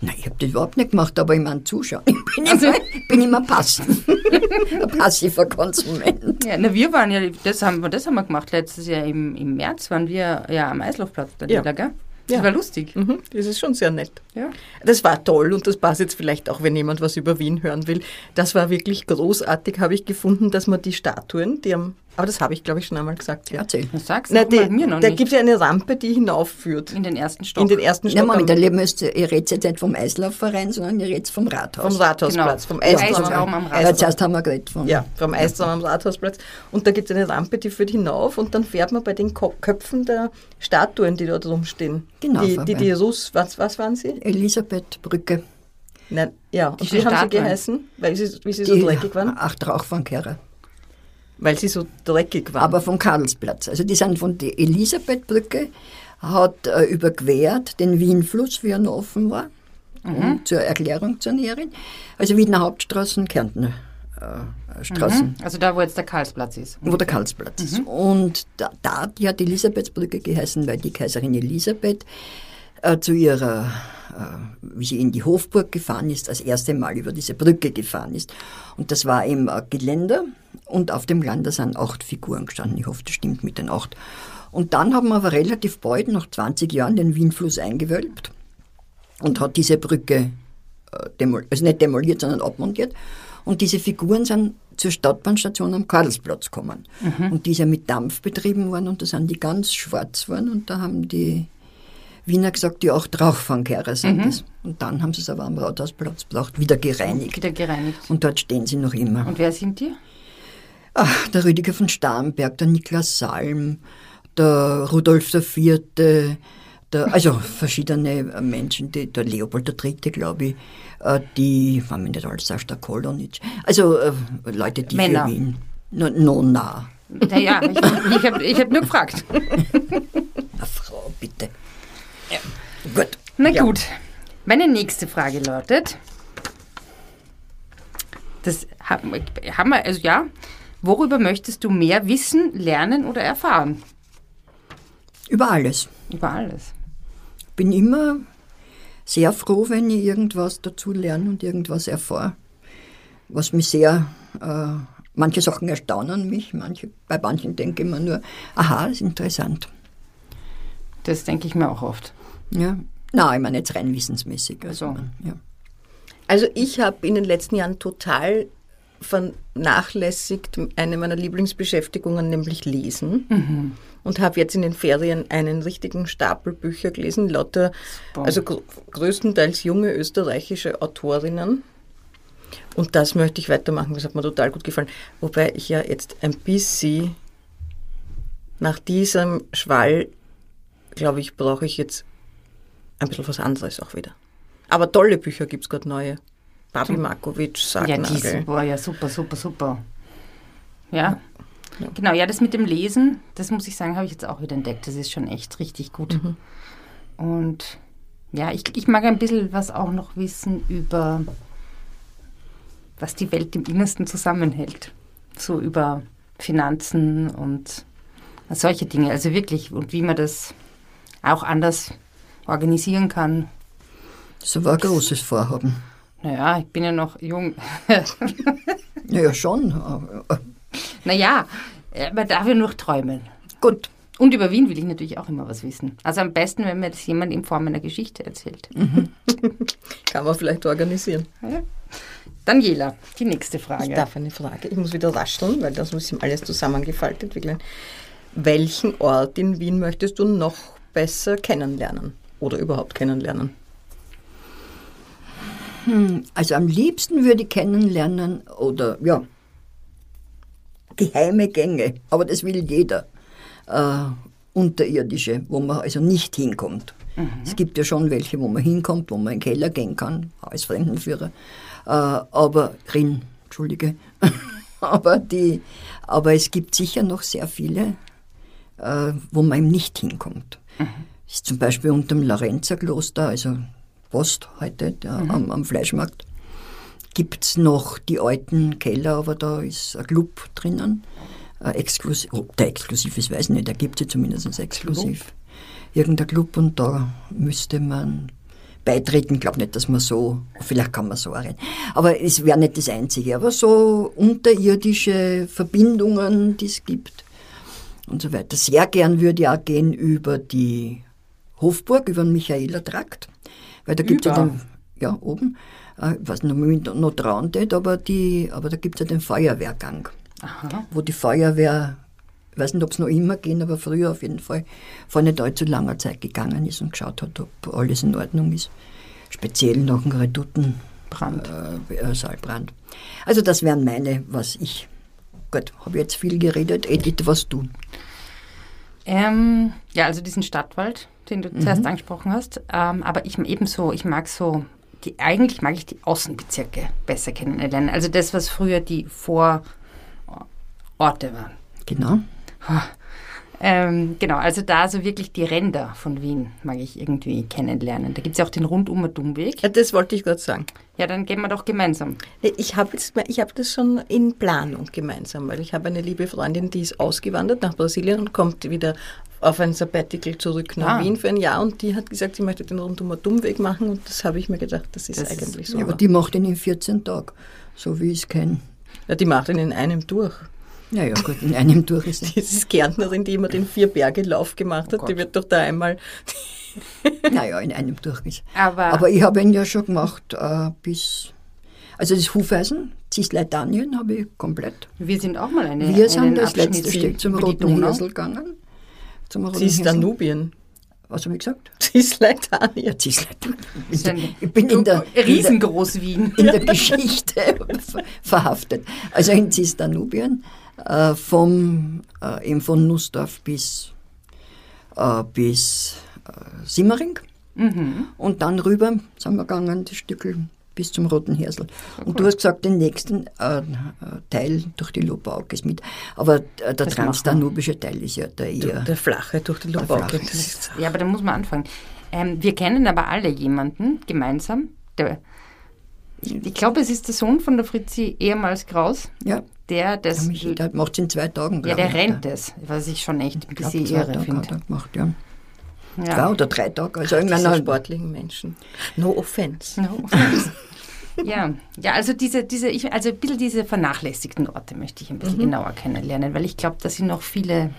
Speaker 3: Nein, ich habe das überhaupt nicht gemacht, aber ich meine, zuschauen. [LAUGHS] Ich bin immer, bin immer passiv. [LAUGHS] Ein passiver Konsument.
Speaker 2: Ja, na, wir waren ja, das haben wir, das haben wir gemacht. Letztes Jahr im, im März waren wir ja am Eislaufplatz dann
Speaker 1: Ja.
Speaker 2: wieder, gell? Das
Speaker 1: Ja.
Speaker 2: war lustig.
Speaker 1: Mhm, das ist schon sehr nett.
Speaker 2: Ja.
Speaker 1: Das war toll und das passt jetzt vielleicht auch, wenn jemand was über Wien hören will. Das war wirklich großartig, habe ich gefunden, dass man die Statuen, die am, aber das habe ich glaube ich schon einmal gesagt. Ja.
Speaker 3: Erzähl.
Speaker 2: Das sagst
Speaker 1: Na,
Speaker 2: du
Speaker 1: die,
Speaker 2: bei mir noch
Speaker 1: da
Speaker 2: nicht.
Speaker 1: gibt es ja eine Rampe, die hinaufführt
Speaker 2: In den ersten Stock.
Speaker 1: in den ersten
Speaker 3: Na,
Speaker 1: Stock
Speaker 3: Moment,
Speaker 1: am-
Speaker 3: ihr müsst- ihr redet jetzt nicht vom Eislaufverein, sondern ihr redet vom Rathaus.
Speaker 1: vom Rathausplatz,
Speaker 2: Genau.
Speaker 1: vom
Speaker 2: Ja,
Speaker 1: Eisraum,
Speaker 2: Eisraum am
Speaker 3: Ja,
Speaker 2: Rathaus.
Speaker 3: zuerst haben wir geredet von.
Speaker 1: Ja, vom Eisraum am Rathausplatz. Und da gibt es eine Rampe, die führt hinauf und dann fährt man bei den Ko Köpfen der Statuen, die dort rumstehen.
Speaker 3: Genau,
Speaker 1: Die,
Speaker 3: vorbei.
Speaker 1: die, die Russ, was, was waren sie?
Speaker 3: Elisabeth Brücke.
Speaker 1: Nein, ja, und
Speaker 2: Die
Speaker 1: wie haben
Speaker 2: Statuen.
Speaker 1: sie geheißen? Weil sie, wie sie so dreckig waren?
Speaker 3: Ach, Rauch von Kehrer.
Speaker 1: Weil sie so dreckig waren.
Speaker 3: Aber vom Karlsplatz. Also die sind von der Elisabethbrücke, hat äh, überquert den Wienfluss, wie er noch offen war,
Speaker 2: Mhm.
Speaker 3: um zur Erklärung zur Näherin. Also Wiener Hauptstraßen, Kärntner äh, Straßen.
Speaker 2: also da, wo jetzt der Karlsplatz ist.
Speaker 3: wo der Karlsplatz ist. Und da, da die hat Elisabethsbrücke geheißen, weil die Kaiserin Elisabeth äh, zu ihrer, äh, wie sie in die Hofburg gefahren ist, das erste Mal über diese Brücke gefahren ist. Und das war im äh, Geländer und auf dem Geländer sind acht Figuren gestanden. Ich hoffe, das stimmt mit den acht. Und dann haben wir aber relativ bald, nach 20 Jahren, den Wienfluss eingewölbt und hat diese Brücke, äh, demol also nicht demoliert, sondern abmontiert. Und diese Figuren sind zur Stadtbahnstation am Karlsplatz gekommen. Und die ist ja mit Dampf betrieben worden und da sind die ganz schwarz worden und da haben die Wiener gesagt, die auch Rauchfangkehrer sind das. Und dann haben sie es aber am Rathausplatz braucht, wieder gereinigt.
Speaker 2: Wieder gereinigt.
Speaker 3: Und dort stehen sie noch immer.
Speaker 2: Und wer sind die?
Speaker 3: Ach, der Rüdiger von Starnberg, der Niklas Salm, der Rudolf IV., der, also verschiedene äh, Menschen, die, der Leopold III., glaube ich, äh, die, war mir nicht alles, Sascha Kolonitsch, also äh, Leute, die
Speaker 2: Männer.
Speaker 3: für Wien, no, no, na,
Speaker 2: Naja, ich, ich habe ich hab nur gefragt.
Speaker 3: eine Frau, bitte. Ja. Gut.
Speaker 2: Na gut, meine nächste Frage lautet, das haben wir, haben wir, also ja, worüber möchtest du mehr wissen, lernen oder erfahren?
Speaker 3: Über alles.
Speaker 2: Über alles.
Speaker 3: bin immer sehr froh, wenn ich irgendwas dazu lerne und irgendwas erfahre. Was mich sehr, äh, manche Sachen erstaunen mich, manche, bei manchen denke ich mir nur, aha, ist interessant.
Speaker 2: Das denke ich mir auch oft.
Speaker 3: Ja. Na, ich meine jetzt rein wissensmäßig.
Speaker 2: Ach
Speaker 3: Also,
Speaker 2: so.
Speaker 3: ja.
Speaker 1: Also ich habe in den letzten Jahren total vernachlässigt eine meiner Lieblingsbeschäftigungen, nämlich Lesen. Und habe jetzt in den Ferien einen richtigen Stapel Bücher gelesen, lauter,
Speaker 2: Super.
Speaker 1: also gr größtenteils junge österreichische Autorinnen. Und das möchte ich weitermachen, das hat mir total gut gefallen. Wobei ich ja jetzt ein bisschen nach diesem Schwall, glaube ich, brauche ich jetzt ein bisschen was anderes auch wieder. Aber tolle Bücher gibt es gerade neue. Babi Markovic,
Speaker 2: Hm. Ja, die
Speaker 1: Sargnagel.
Speaker 2: super, ja, super, super, super. Ja. Genau, ja, das mit dem Lesen, das muss ich sagen, habe ich jetzt auch wieder entdeckt. Das ist schon echt richtig gut. Und ja, ich, ich mag ein bisschen was auch noch wissen über, was die Welt im Innersten zusammenhält. So über Finanzen und solche Dinge. Also wirklich, und wie man das auch anders organisieren kann.
Speaker 3: Das war ein großes Vorhaben.
Speaker 2: Naja, ich bin ja noch jung. [LAUGHS]
Speaker 3: Ja, schon. aber- äh,
Speaker 2: Naja, man äh, darf ja nur träumen.
Speaker 3: Gut,
Speaker 2: Und über Wien will ich natürlich auch immer was wissen. Also am besten, wenn mir das jemand in Form einer Geschichte erzählt.
Speaker 1: Kann man vielleicht organisieren.
Speaker 2: Daniela, die nächste
Speaker 1: Ich
Speaker 2: Frage.
Speaker 1: darf eine Frage. Ich muss wieder rascheln, weil das muss ihm alles zusammengefaltet werden. Welchen Ort in Wien möchtest du noch besser kennenlernen? Oder überhaupt kennenlernen?
Speaker 3: also am liebsten würde ich kennenlernen oder ja, geheime Gänge, aber das will jeder. Äh, unterirdische, wo man also nicht hinkommt. Es gibt ja schon welche, wo man hinkommt, wo man in den Keller gehen kann, als Fremdenführer. Äh, aber, Rin, Entschuldige. [LAUGHS] aber, die, aber es gibt sicher noch sehr viele, äh, wo man eben nicht hinkommt. Ist zum Beispiel unter dem Larenzerkloster, also Post heute, da am, am Fleischmarkt, gibt es noch die alten Keller, aber da ist ein Club drinnen. Ein Exklus ob der exklusiv ist, weiß ich nicht, da gibt es ja zumindest exklusiv. Irgendein Club und da müsste man beitreten. Ich glaube nicht, dass man so, vielleicht kann man so auch rein. Aber es wäre nicht das Einzige, aber so unterirdische Verbindungen, die es gibt und so weiter. Sehr gern würde ich auch gehen über die Hofburg, über den Michaeler Trakt, weil da gibt es ja
Speaker 2: Über?
Speaker 3: den, ja, oben, äh, ich weiß nicht, ob ich noch trauen tät, aber, die, aber da gibt es ja den Feuerwehrgang,
Speaker 2: Aha.
Speaker 3: wo die Feuerwehr, ich weiß nicht, ob es noch immer gehen, aber früher auf jeden Fall, vor nicht allzu langer Zeit gegangen ist und geschaut hat, ob alles in Ordnung ist. Speziell nach dem Redutten
Speaker 2: Brand.
Speaker 3: äh, äh, Saalbrand. Also das wären meine, was ich. Gut, habe jetzt viel geredet. Edith, was du?
Speaker 2: Ähm, ja, also diesen Stadtwald, den
Speaker 1: Mhm.
Speaker 2: du zuerst angesprochen hast. Ähm, aber ich ebenso, ich mag so, die, eigentlich mag ich die Außenbezirke besser kennenlernen. Also das, was früher die Vororte waren.
Speaker 3: Genau.
Speaker 2: Ähm, genau, also da so wirklich die Ränder von Wien mag ich irgendwie kennenlernen. Da gibt es ja auch den Rundumer Dummweg.
Speaker 1: Ja, das wollte ich gerade sagen.
Speaker 2: Ja, dann gehen wir doch gemeinsam.
Speaker 1: Nee, Ich habe jetzt- ich habe das schon in Planung gemeinsam, weil ich habe eine liebe Freundin, die ist ausgewandert nach Brasilien und kommt wieder auf ein Sabbatical zurück nach
Speaker 2: Ah.
Speaker 1: Wien für ein Jahr und die hat gesagt, sie möchte den Rundumer Dummweg machen und das habe ich mir gedacht, das ist
Speaker 2: Das ist-
Speaker 1: eigentlich so.
Speaker 3: Ja, aber die macht ihn in 14 Tagen, so wie ich es kenne.
Speaker 1: ja, die macht ihn in einem durch. [LAUGHS]
Speaker 3: Naja, gut, in einem [LAUGHS] durch
Speaker 2: [LAUGHS]
Speaker 3: ist es.
Speaker 1: Das ist Kärntnerin, die immer den Vier-Berge-Lauf gemacht
Speaker 3: Oh
Speaker 1: hat, die wird doch da einmal
Speaker 3: Naja, in einem durch ist
Speaker 2: Aber,
Speaker 3: Aber ich habe ihn ja schon gemacht äh, bis. Also das Hufeisen, Cisleitanien habe ich komplett.
Speaker 2: wir sind auch mal eine
Speaker 3: Wir
Speaker 2: einen
Speaker 3: sind das
Speaker 2: Abschnitt
Speaker 3: letzte
Speaker 2: über
Speaker 3: Stück zum
Speaker 2: die
Speaker 3: Roten
Speaker 2: Donau.
Speaker 3: Hirsel gegangen. Zum Roten
Speaker 1: [LAUGHS]
Speaker 3: Hirsel.
Speaker 1: Cisdanubien,
Speaker 3: Was habe ich gesagt?
Speaker 1: Cisleitania.
Speaker 3: Cisleitanien.
Speaker 2: Das ist ein
Speaker 3: Ich bin in der, in der,
Speaker 2: Riesengroß Wien.
Speaker 3: in der Geschichte ver- verhaftet. Also in Cisdanubien, äh, vom, äh, eben von Nussdorf bis, äh, bis äh, Simmering.
Speaker 2: Mhm.
Speaker 3: Und dann rüber sind wir gegangen, das Stückel bis zum Roten Hirsel. Und du hast gesagt, den nächsten äh, äh, Teil durch die Lobauk ist mit. Aber äh, der
Speaker 2: Das machen wir.
Speaker 3: transdanubische Teil ist ja der eher.
Speaker 1: Der Flache durch die Lubauke.
Speaker 3: Flache.
Speaker 1: Das ist
Speaker 2: Ja, aber da muss man anfangen. Ähm, wir kennen aber alle jemanden gemeinsam. Der, ich, ich glaube, es ist der Sohn von der Fritzi ehemals Kraus,
Speaker 3: Ja,
Speaker 2: der
Speaker 3: der
Speaker 2: das.
Speaker 3: Michi, der macht es in zwei Tagen,
Speaker 2: ja,
Speaker 3: glaub
Speaker 2: der
Speaker 3: ich.
Speaker 2: rennt es, was ich schon echt ein
Speaker 3: Ich glaub,
Speaker 2: bisschen
Speaker 3: zwei
Speaker 2: irre
Speaker 3: Tage hat er
Speaker 2: finde.
Speaker 3: gemacht, ja. Zwei
Speaker 2: Ja.
Speaker 3: oder drei Tage.
Speaker 1: Diese
Speaker 3: Also irgendeiner
Speaker 1: sportlichen Menschen. No offense.
Speaker 2: No. [LAUGHS] ja. ja, also diese, diese, ich, also ein bisschen diese vernachlässigten Orte möchte ich ein bisschen genauer kennenlernen, weil ich glaube, da sind noch viele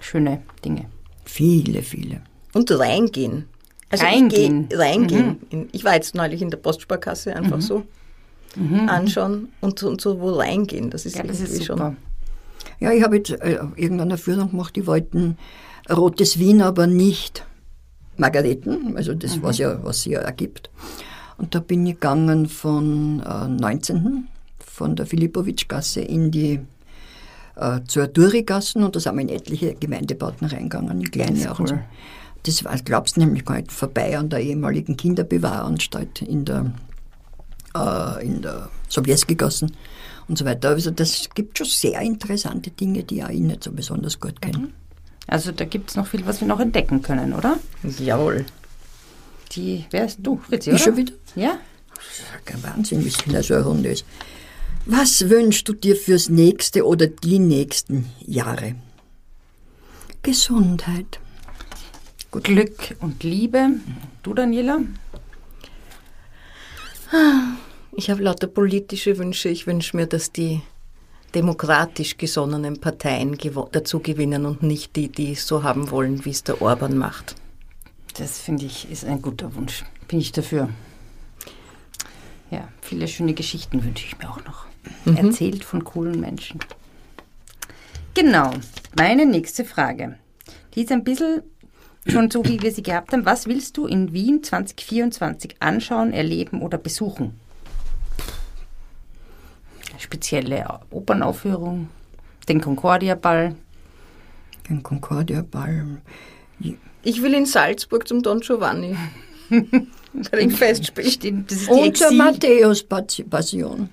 Speaker 2: schöne Dinge.
Speaker 3: Viele, viele.
Speaker 1: Und reingehen. Also
Speaker 2: Reingehen. Mhm.
Speaker 1: Ich geh, reingehen. In, ich war jetzt neulich in der Postsparkasse einfach so anschauen und, und so wo reingehen. Das ist
Speaker 2: Mhm. Ja, das
Speaker 1: irgendwie
Speaker 2: ist super.
Speaker 1: schon.
Speaker 3: Ja, ich habe jetzt äh, irgendwann eine Führung gemacht, die wollten Rotes Wien, aber nicht Margareten, also das, was, ja, was sie ja ergibt. Und da bin ich gegangen von äh, 19. von der Filipowitschgasse in die äh, zur Durigassen und da sind wir in etliche Gemeindebauten reingegangen, in kleine auch und so. Das war, glaubst du, nämlich gar nicht vorbei an der ehemaligen Kinderbewahranstalt in der, äh, in der Sobieski Gassen und so weiter. Also das gibt schon sehr interessante Dinge, die auch ich nicht so besonders gut kenne.
Speaker 2: Also da gibt es noch viel, was wir noch entdecken können, oder?
Speaker 1: Jawohl.
Speaker 2: Die, wer ist du, Fritzi,
Speaker 3: Ich
Speaker 2: oder?
Speaker 3: schon wieder?
Speaker 2: Ja?
Speaker 3: Kein Wahnsinn, wie schnell so eine Runde ist. Was wünschst du dir fürs nächste oder die nächsten Jahre? Gesundheit.
Speaker 2: Glück und Liebe. Du, Daniela?
Speaker 1: Ich habe lauter politische Wünsche. Ich wünsche mir, dass die demokratisch gesonnenen Parteien gewo- dazu gewinnen und nicht die, die es so haben wollen, wie es der Orban macht.
Speaker 2: Das finde ich ist ein guter Wunsch. Bin ich dafür. Ja, viele schöne Geschichten wünsche ich mir auch noch. Erzählt von coolen Menschen. Genau, meine nächste Frage. Die ist ein bisschen schon so, wie wir sie gehabt haben. Was willst du in Wien 2024 anschauen, erleben oder besuchen? Spezielle Opernaufführung, den Concordia-Ball.
Speaker 3: Ein Concordia-Ball.
Speaker 1: Ich will in Salzburg zum Don
Speaker 2: [LAUGHS]
Speaker 1: Giovanni. Bei dem Festspiel.
Speaker 2: Stimmt, das ist die
Speaker 3: Und zur
Speaker 2: Exil-
Speaker 3: Matthäus-Passion.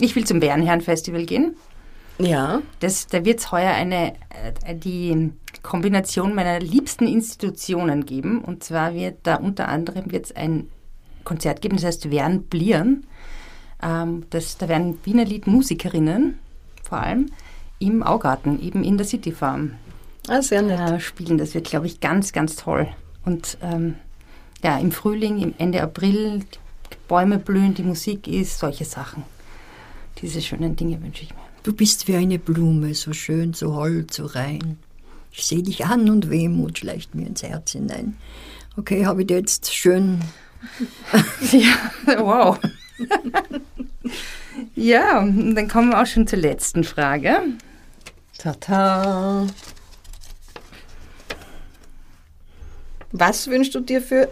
Speaker 2: Ich will zum Bärenherren-Festival gehen.
Speaker 1: Ja,
Speaker 2: Das, da wird es heuer eine, äh, die Kombination meiner liebsten Institutionen geben. Und zwar wird da unter anderem wird's ein Konzert geben, das heißt Wern Blieren. Ähm, das, da werden Wiener Liedmusikerinnen vor allem im Augarten, eben in der City Farm
Speaker 1: ah, sehr nett.
Speaker 2: äh, spielen. Das wird, glaube ich, ganz, ganz toll. Und ähm, ja, im Frühling, im Ende April, die Bäume blühen, die Musik ist, solche Sachen. Diese schönen Dinge wünsche ich mir.
Speaker 3: Du bist wie eine Blume, so schön, so hold, so rein. Ich sehe dich an und Wehmut schleicht mir ins Herz hinein. Okay, habe ich dir jetzt schön.
Speaker 2: Ja, wow. ja, und dann kommen wir auch schon zur letzten Frage.
Speaker 1: Tata. Was wünschst du dir für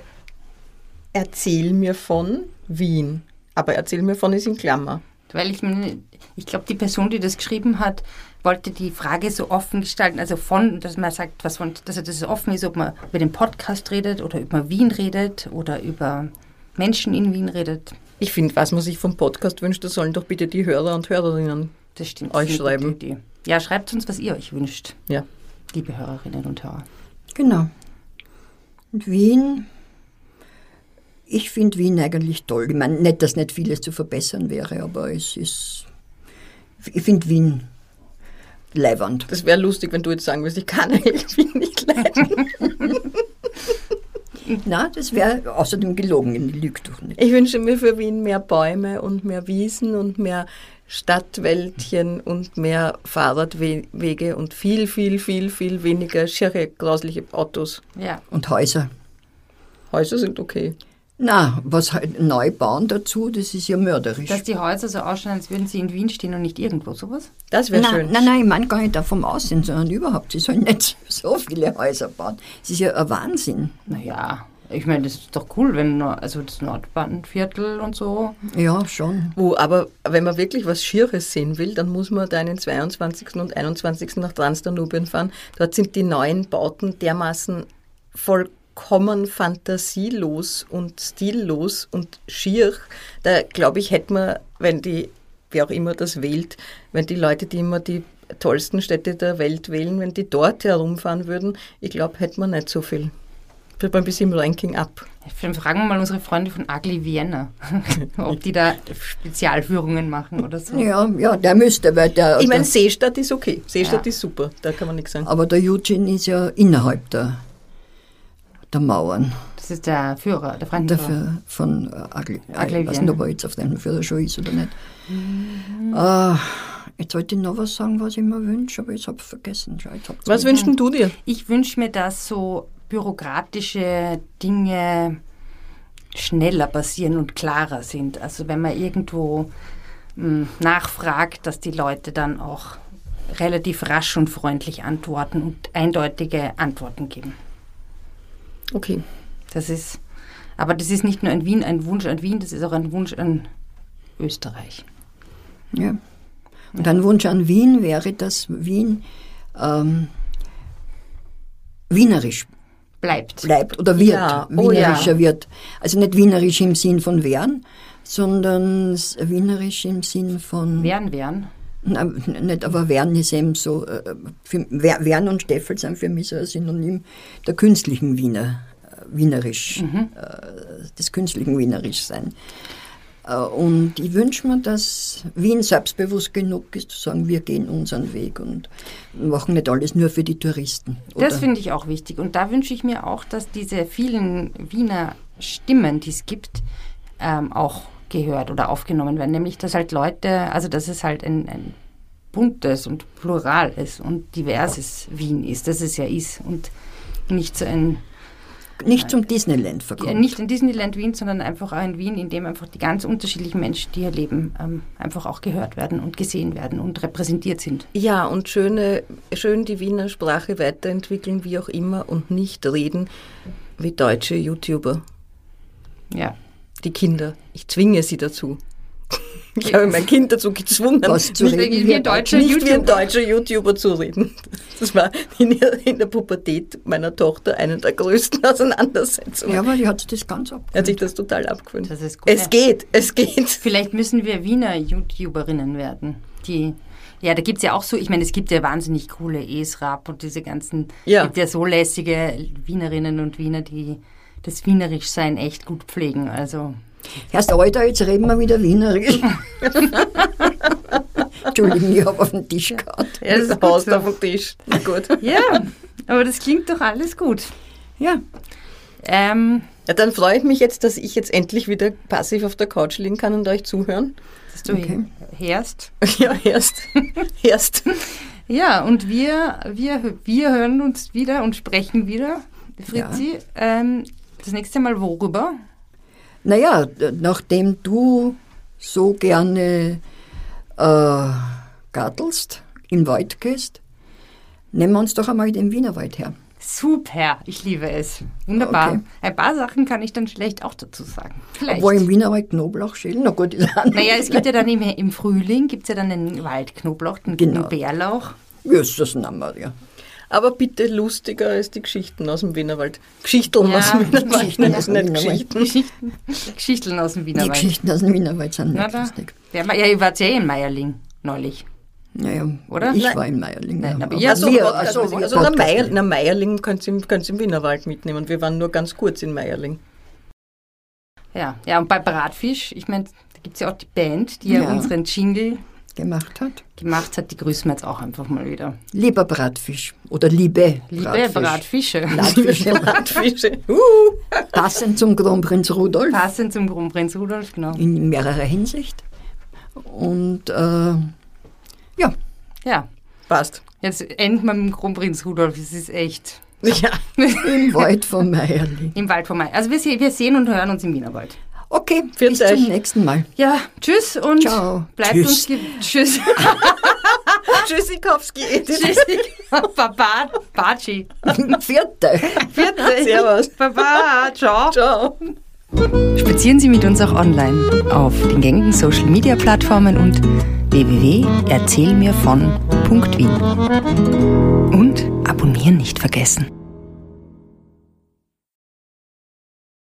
Speaker 1: Erzähl mir von Wien? Aber Erzähl mir von ist in Klammer.
Speaker 2: Weil ich mir- ich glaube, die Person, die das geschrieben hat, wollte die Frage so offen gestalten, also von, dass man sagt, was von, dass das offen ist, ob man über den Podcast redet oder über Wien redet oder über Menschen in Wien redet.
Speaker 1: Ich finde, was man sich vom Podcast wünscht, das sollen doch bitte die Hörer und Hörerinnen.
Speaker 2: Das stimmt.
Speaker 1: Euch
Speaker 2: das ist eine
Speaker 1: schreiben.
Speaker 2: gute Idee. Ja, schreibt uns, was ihr euch wünscht,
Speaker 1: Ja.
Speaker 2: liebe Hörerinnen und Hörer.
Speaker 3: Genau. Und Wien. Ich finde Wien eigentlich toll. Ich meine, nicht, dass nicht vieles zu verbessern wäre, aber es ist. Ich finde Wien leiwand.
Speaker 1: Das wäre lustig, wenn du jetzt sagen würdest, ich kann eigentlich [LAUGHS] Wien nicht leiden.
Speaker 3: Na, das wäre außerdem gelogen, ich lüge doch nicht.
Speaker 1: Ich wünsche mir für Wien mehr Bäume und mehr Wiesen und mehr Stadtwäldchen und mehr Fahrradwege und viel, viel, viel, viel weniger schiere, grausliche Autos.
Speaker 2: Ja,
Speaker 3: Und Häuser.
Speaker 1: Häuser sind okay.
Speaker 3: Na, was halt neu bauen dazu, das ist ja mörderisch.
Speaker 2: dass die Häuser so ausschauen, als würden sie in Wien stehen und nicht irgendwo sowas.
Speaker 1: Das wäre
Speaker 3: nein,
Speaker 1: schön.
Speaker 3: Nein, nein, ich meine gar nicht davon aussehen, sondern überhaupt. Sie sollen nicht [LAUGHS] so viele Häuser bauen. Das ist ja ein Wahnsinn.
Speaker 2: Naja, ich meine, das ist doch cool, wenn nur- also das Nordbahnviertel und so.
Speaker 3: Ja, schon.
Speaker 1: Wo, Uh, aber wenn man wirklich was Schieres sehen will, dann muss man deinen 22. und 21. nach Transdanubien fahren. Dort sind die neuen Bauten dermaßen vollkommen fantasielos und stillos und schier. Da glaube ich, hätte man, wenn die, wer auch immer das wählt, wenn die Leute, die immer die tollsten Städte der Welt wählen, wenn die dort herumfahren würden, ich glaube, hätte man nicht so viel. Wird man ein bisschen im Ranking ab.
Speaker 2: Dann fragen wir mal unsere Freunde von Ugly Vienna, [LAUGHS] ob die da Spezialführungen machen oder so.
Speaker 3: Ja, ja, der müsste, weil der.
Speaker 1: Ich meine,
Speaker 3: der-
Speaker 1: Seestadt ist okay. Seestadt
Speaker 2: Ja.
Speaker 1: ist super, da kann man nichts sagen.
Speaker 3: aber der Eugene ist ja innerhalb der, der Mauern.
Speaker 2: Das ist der Führer, der Fremdenführer.
Speaker 3: Dafür von äh, Agli.
Speaker 2: Agli
Speaker 3: Ich weiß nicht, ob er jetzt auf deinem Führer schon ist oder nicht.
Speaker 1: Mhm.
Speaker 3: Ah, jetzt wollte ich noch was sagen, was ich mir wünsche, aber ich habe vergessen. Schau, jetzt habt's
Speaker 1: Was
Speaker 3: mir-
Speaker 1: wünschst denn du dir?
Speaker 2: Ich wünsche mir, dass so bürokratische Dinge schneller passieren und klarer sind. Also wenn man irgendwo mh, nachfragt, dass die Leute dann auch relativ rasch und freundlich antworten und eindeutige Antworten geben.
Speaker 1: Okay.
Speaker 2: Das ist, aber das ist nicht nur ein Wien, ein Wunsch an Wien, das ist auch ein Wunsch an Österreich.
Speaker 3: Ja. Und ein Wunsch an Wien wäre, dass Wien ähm, wienerisch
Speaker 2: Bleibt.
Speaker 3: bleibt oder wird,
Speaker 1: Ja, oh ja.
Speaker 3: wienerischer wird. Also nicht wienerisch im Sinn von werden, sondern s- wienerisch im Sinn von...
Speaker 2: Wären, wären.
Speaker 3: Na, n- nicht, aber Wern ist eben so, äh, für, Wer- Wern und Steffel sind für mich so ein Synonym der künstlichen Wiener, äh, Wienerisch,
Speaker 2: Mhm.
Speaker 3: äh, des künstlichen Wienerisch sein. Äh, und ich wünsche mir, dass Wien selbstbewusst genug ist, zu sagen, wir gehen unseren Weg und machen nicht alles nur für die Touristen.
Speaker 2: Das finde ich auch wichtig. Und da wünsche ich mir auch, dass diese vielen Wiener Stimmen, die es gibt, ähm, auch gehört oder aufgenommen werden. Nämlich, dass halt Leute, also dass es halt ein, ein buntes und plural ist und diverses Wien ist, das es ja ist. Und nicht so ein,
Speaker 3: nicht zum Disneyland
Speaker 2: ja,
Speaker 3: verkommt.
Speaker 2: nicht in Disneyland Wien, sondern einfach auch in Wien, in dem einfach die ganz unterschiedlichen Menschen, die hier leben, ähm, einfach auch gehört werden und gesehen werden und repräsentiert sind.
Speaker 1: Ja, und schöne, schön die Wiener Sprache weiterentwickeln, wie auch immer, und nicht reden wie deutsche YouTuber,
Speaker 2: Ja.
Speaker 1: die Kinder. Ich zwinge sie dazu. [LAUGHS] Ich habe mein Kind dazu gezwungen,
Speaker 3: Was zu
Speaker 1: nicht,
Speaker 3: reden.
Speaker 2: Wie
Speaker 3: Wie
Speaker 2: wir
Speaker 3: wir
Speaker 2: deutsche
Speaker 1: nicht wie ein
Speaker 2: YouTuber.
Speaker 1: deutscher YouTuber zu reden. Das war in, ihrer- in der Pubertät meiner Tochter eine der größten [LAUGHS] Auseinandersetzungen.
Speaker 3: Ja, aber die hat sich das ganz ab.
Speaker 1: Er hat sich das total abgewöhnt.
Speaker 2: Das ist gut.
Speaker 1: es geht, es geht.
Speaker 2: Vielleicht müssen wir Wiener YouTuberinnen werden, die. Ja, da gibt es ja auch so, ich meine, es gibt ja wahnsinnig coole Esrap und diese ganzen,
Speaker 1: Ja.
Speaker 2: es gibt ja so lässige Wienerinnen und Wiener, die das Wienerischsein echt gut pflegen. Also
Speaker 3: Erst Alter, jetzt reden wir wieder
Speaker 2: [LAUGHS]
Speaker 3: Wienerisch. [LAUGHS] Entschuldigung, ich habe auf den Tisch gehauen.
Speaker 1: Er ist raus auf dem Tisch. Na gut.
Speaker 2: ja, [LAUGHS] aber das klingt doch alles gut.
Speaker 3: Ja,
Speaker 2: Ähm,
Speaker 1: Ja, dann freue ich mich jetzt, dass ich jetzt endlich wieder passiv auf der Couch liegen kann und euch zuhören. [LAUGHS]
Speaker 2: dass du
Speaker 3: Okay.
Speaker 2: herst.
Speaker 1: Ja, erst. [LAUGHS] erst.
Speaker 2: Ja, und wir, wir, wir hören uns wieder und sprechen wieder, Fritzi. Ähm, das nächste Mal worüber?
Speaker 3: Naja, d- nachdem du so gerne äh, gartelst, in den Wald gehst, nehmen wir uns doch einmal den Wienerwald her.
Speaker 2: Super, ich liebe es. Wunderbar.
Speaker 3: Okay.
Speaker 2: Ein paar Sachen kann ich dann schlecht auch dazu sagen. Vielleicht.
Speaker 3: Obwohl im Wienerwald Knoblauch schälen, na gut, ist anders.
Speaker 2: naja, es gibt ja dann im, im Frühling gibt's ja dann den Waldknoblauch, den
Speaker 3: Genau.
Speaker 2: Bärlauch. [LAUGHS]
Speaker 3: Jesus Namaria.
Speaker 1: Aber bitte lustiger als die Geschichten aus dem Wienerwald. Geschichteln
Speaker 2: Ja,
Speaker 1: aus dem Wienerwald.
Speaker 3: Geschichten aus
Speaker 1: das
Speaker 3: dem
Speaker 1: sind nicht
Speaker 3: Wienerwald.
Speaker 1: Geschichten.
Speaker 2: Geschichten, Geschichteln aus dem
Speaker 3: Die
Speaker 2: Wienerwald.
Speaker 3: Geschichten aus dem Wienerwald sind
Speaker 2: Na,
Speaker 3: nicht
Speaker 2: da,
Speaker 3: lustig.
Speaker 2: der, Ma- ja, ihr wart ja eh in Meierling neulich.
Speaker 3: Naja,
Speaker 2: Oder?
Speaker 3: ich
Speaker 2: Nein.
Speaker 3: war in Meierling.
Speaker 2: Nein,
Speaker 3: ja,
Speaker 2: aber
Speaker 3: aber
Speaker 2: ihr
Speaker 1: Ja, so,
Speaker 3: wir-
Speaker 1: also, also,
Speaker 3: wir
Speaker 1: na,
Speaker 3: Podcast
Speaker 1: Meier,
Speaker 3: nicht.
Speaker 1: na, Meierling könnt ihr im Wienerwald mitnehmen. Wir waren nur ganz kurz in Meierling. [LAUGHS]
Speaker 2: Ja, ja, und bei Bratfisch, ich meine, da gibt es ja auch die Band, die ja,
Speaker 3: Ja.
Speaker 2: unseren Jingle
Speaker 3: gemacht hat.
Speaker 2: gemacht hat. Die grüßen wir jetzt auch einfach mal wieder.
Speaker 3: Lieber Bratfisch oder liebe,
Speaker 2: Liebe
Speaker 3: Bratfisch.
Speaker 2: Bratfische. [LAUGHS]
Speaker 3: Bratfisch.
Speaker 1: Landfische. Uh.
Speaker 3: Passend zum Kronprinz Rudolf.
Speaker 2: Passend zum Kronprinz Rudolf, genau.
Speaker 3: in mehrerer Hinsicht. Und äh, ja,
Speaker 2: Ja,
Speaker 1: Passt.
Speaker 2: jetzt enden wir mit dem Kronprinz Rudolf. Es ist echt.
Speaker 1: Ja.
Speaker 3: im Wald von Meierling.
Speaker 2: Im Wald vorbei. Also wir, se- wir sehen und hören uns im Wienerwald.
Speaker 3: Okay,
Speaker 1: Pfiat
Speaker 3: bis
Speaker 1: euch.
Speaker 3: zum nächsten Mal. [LAUGHS]
Speaker 2: Ja, tschüss und
Speaker 3: Ciao.
Speaker 2: bleibt
Speaker 3: Tschüss.
Speaker 2: uns ge Tschüss. [LAUGHS]
Speaker 1: Tschüssikowski.
Speaker 2: tschüss. Baba. Baci.
Speaker 3: Pfiat euch.
Speaker 1: Servus.
Speaker 2: Baba. Ciao.
Speaker 1: [LAUGHS] Ciao.
Speaker 4: Spazieren Sie mit uns auch online auf den gängigen Social Media Plattformen und www.erzählmirvon.wien. Und abonnieren nicht vergessen.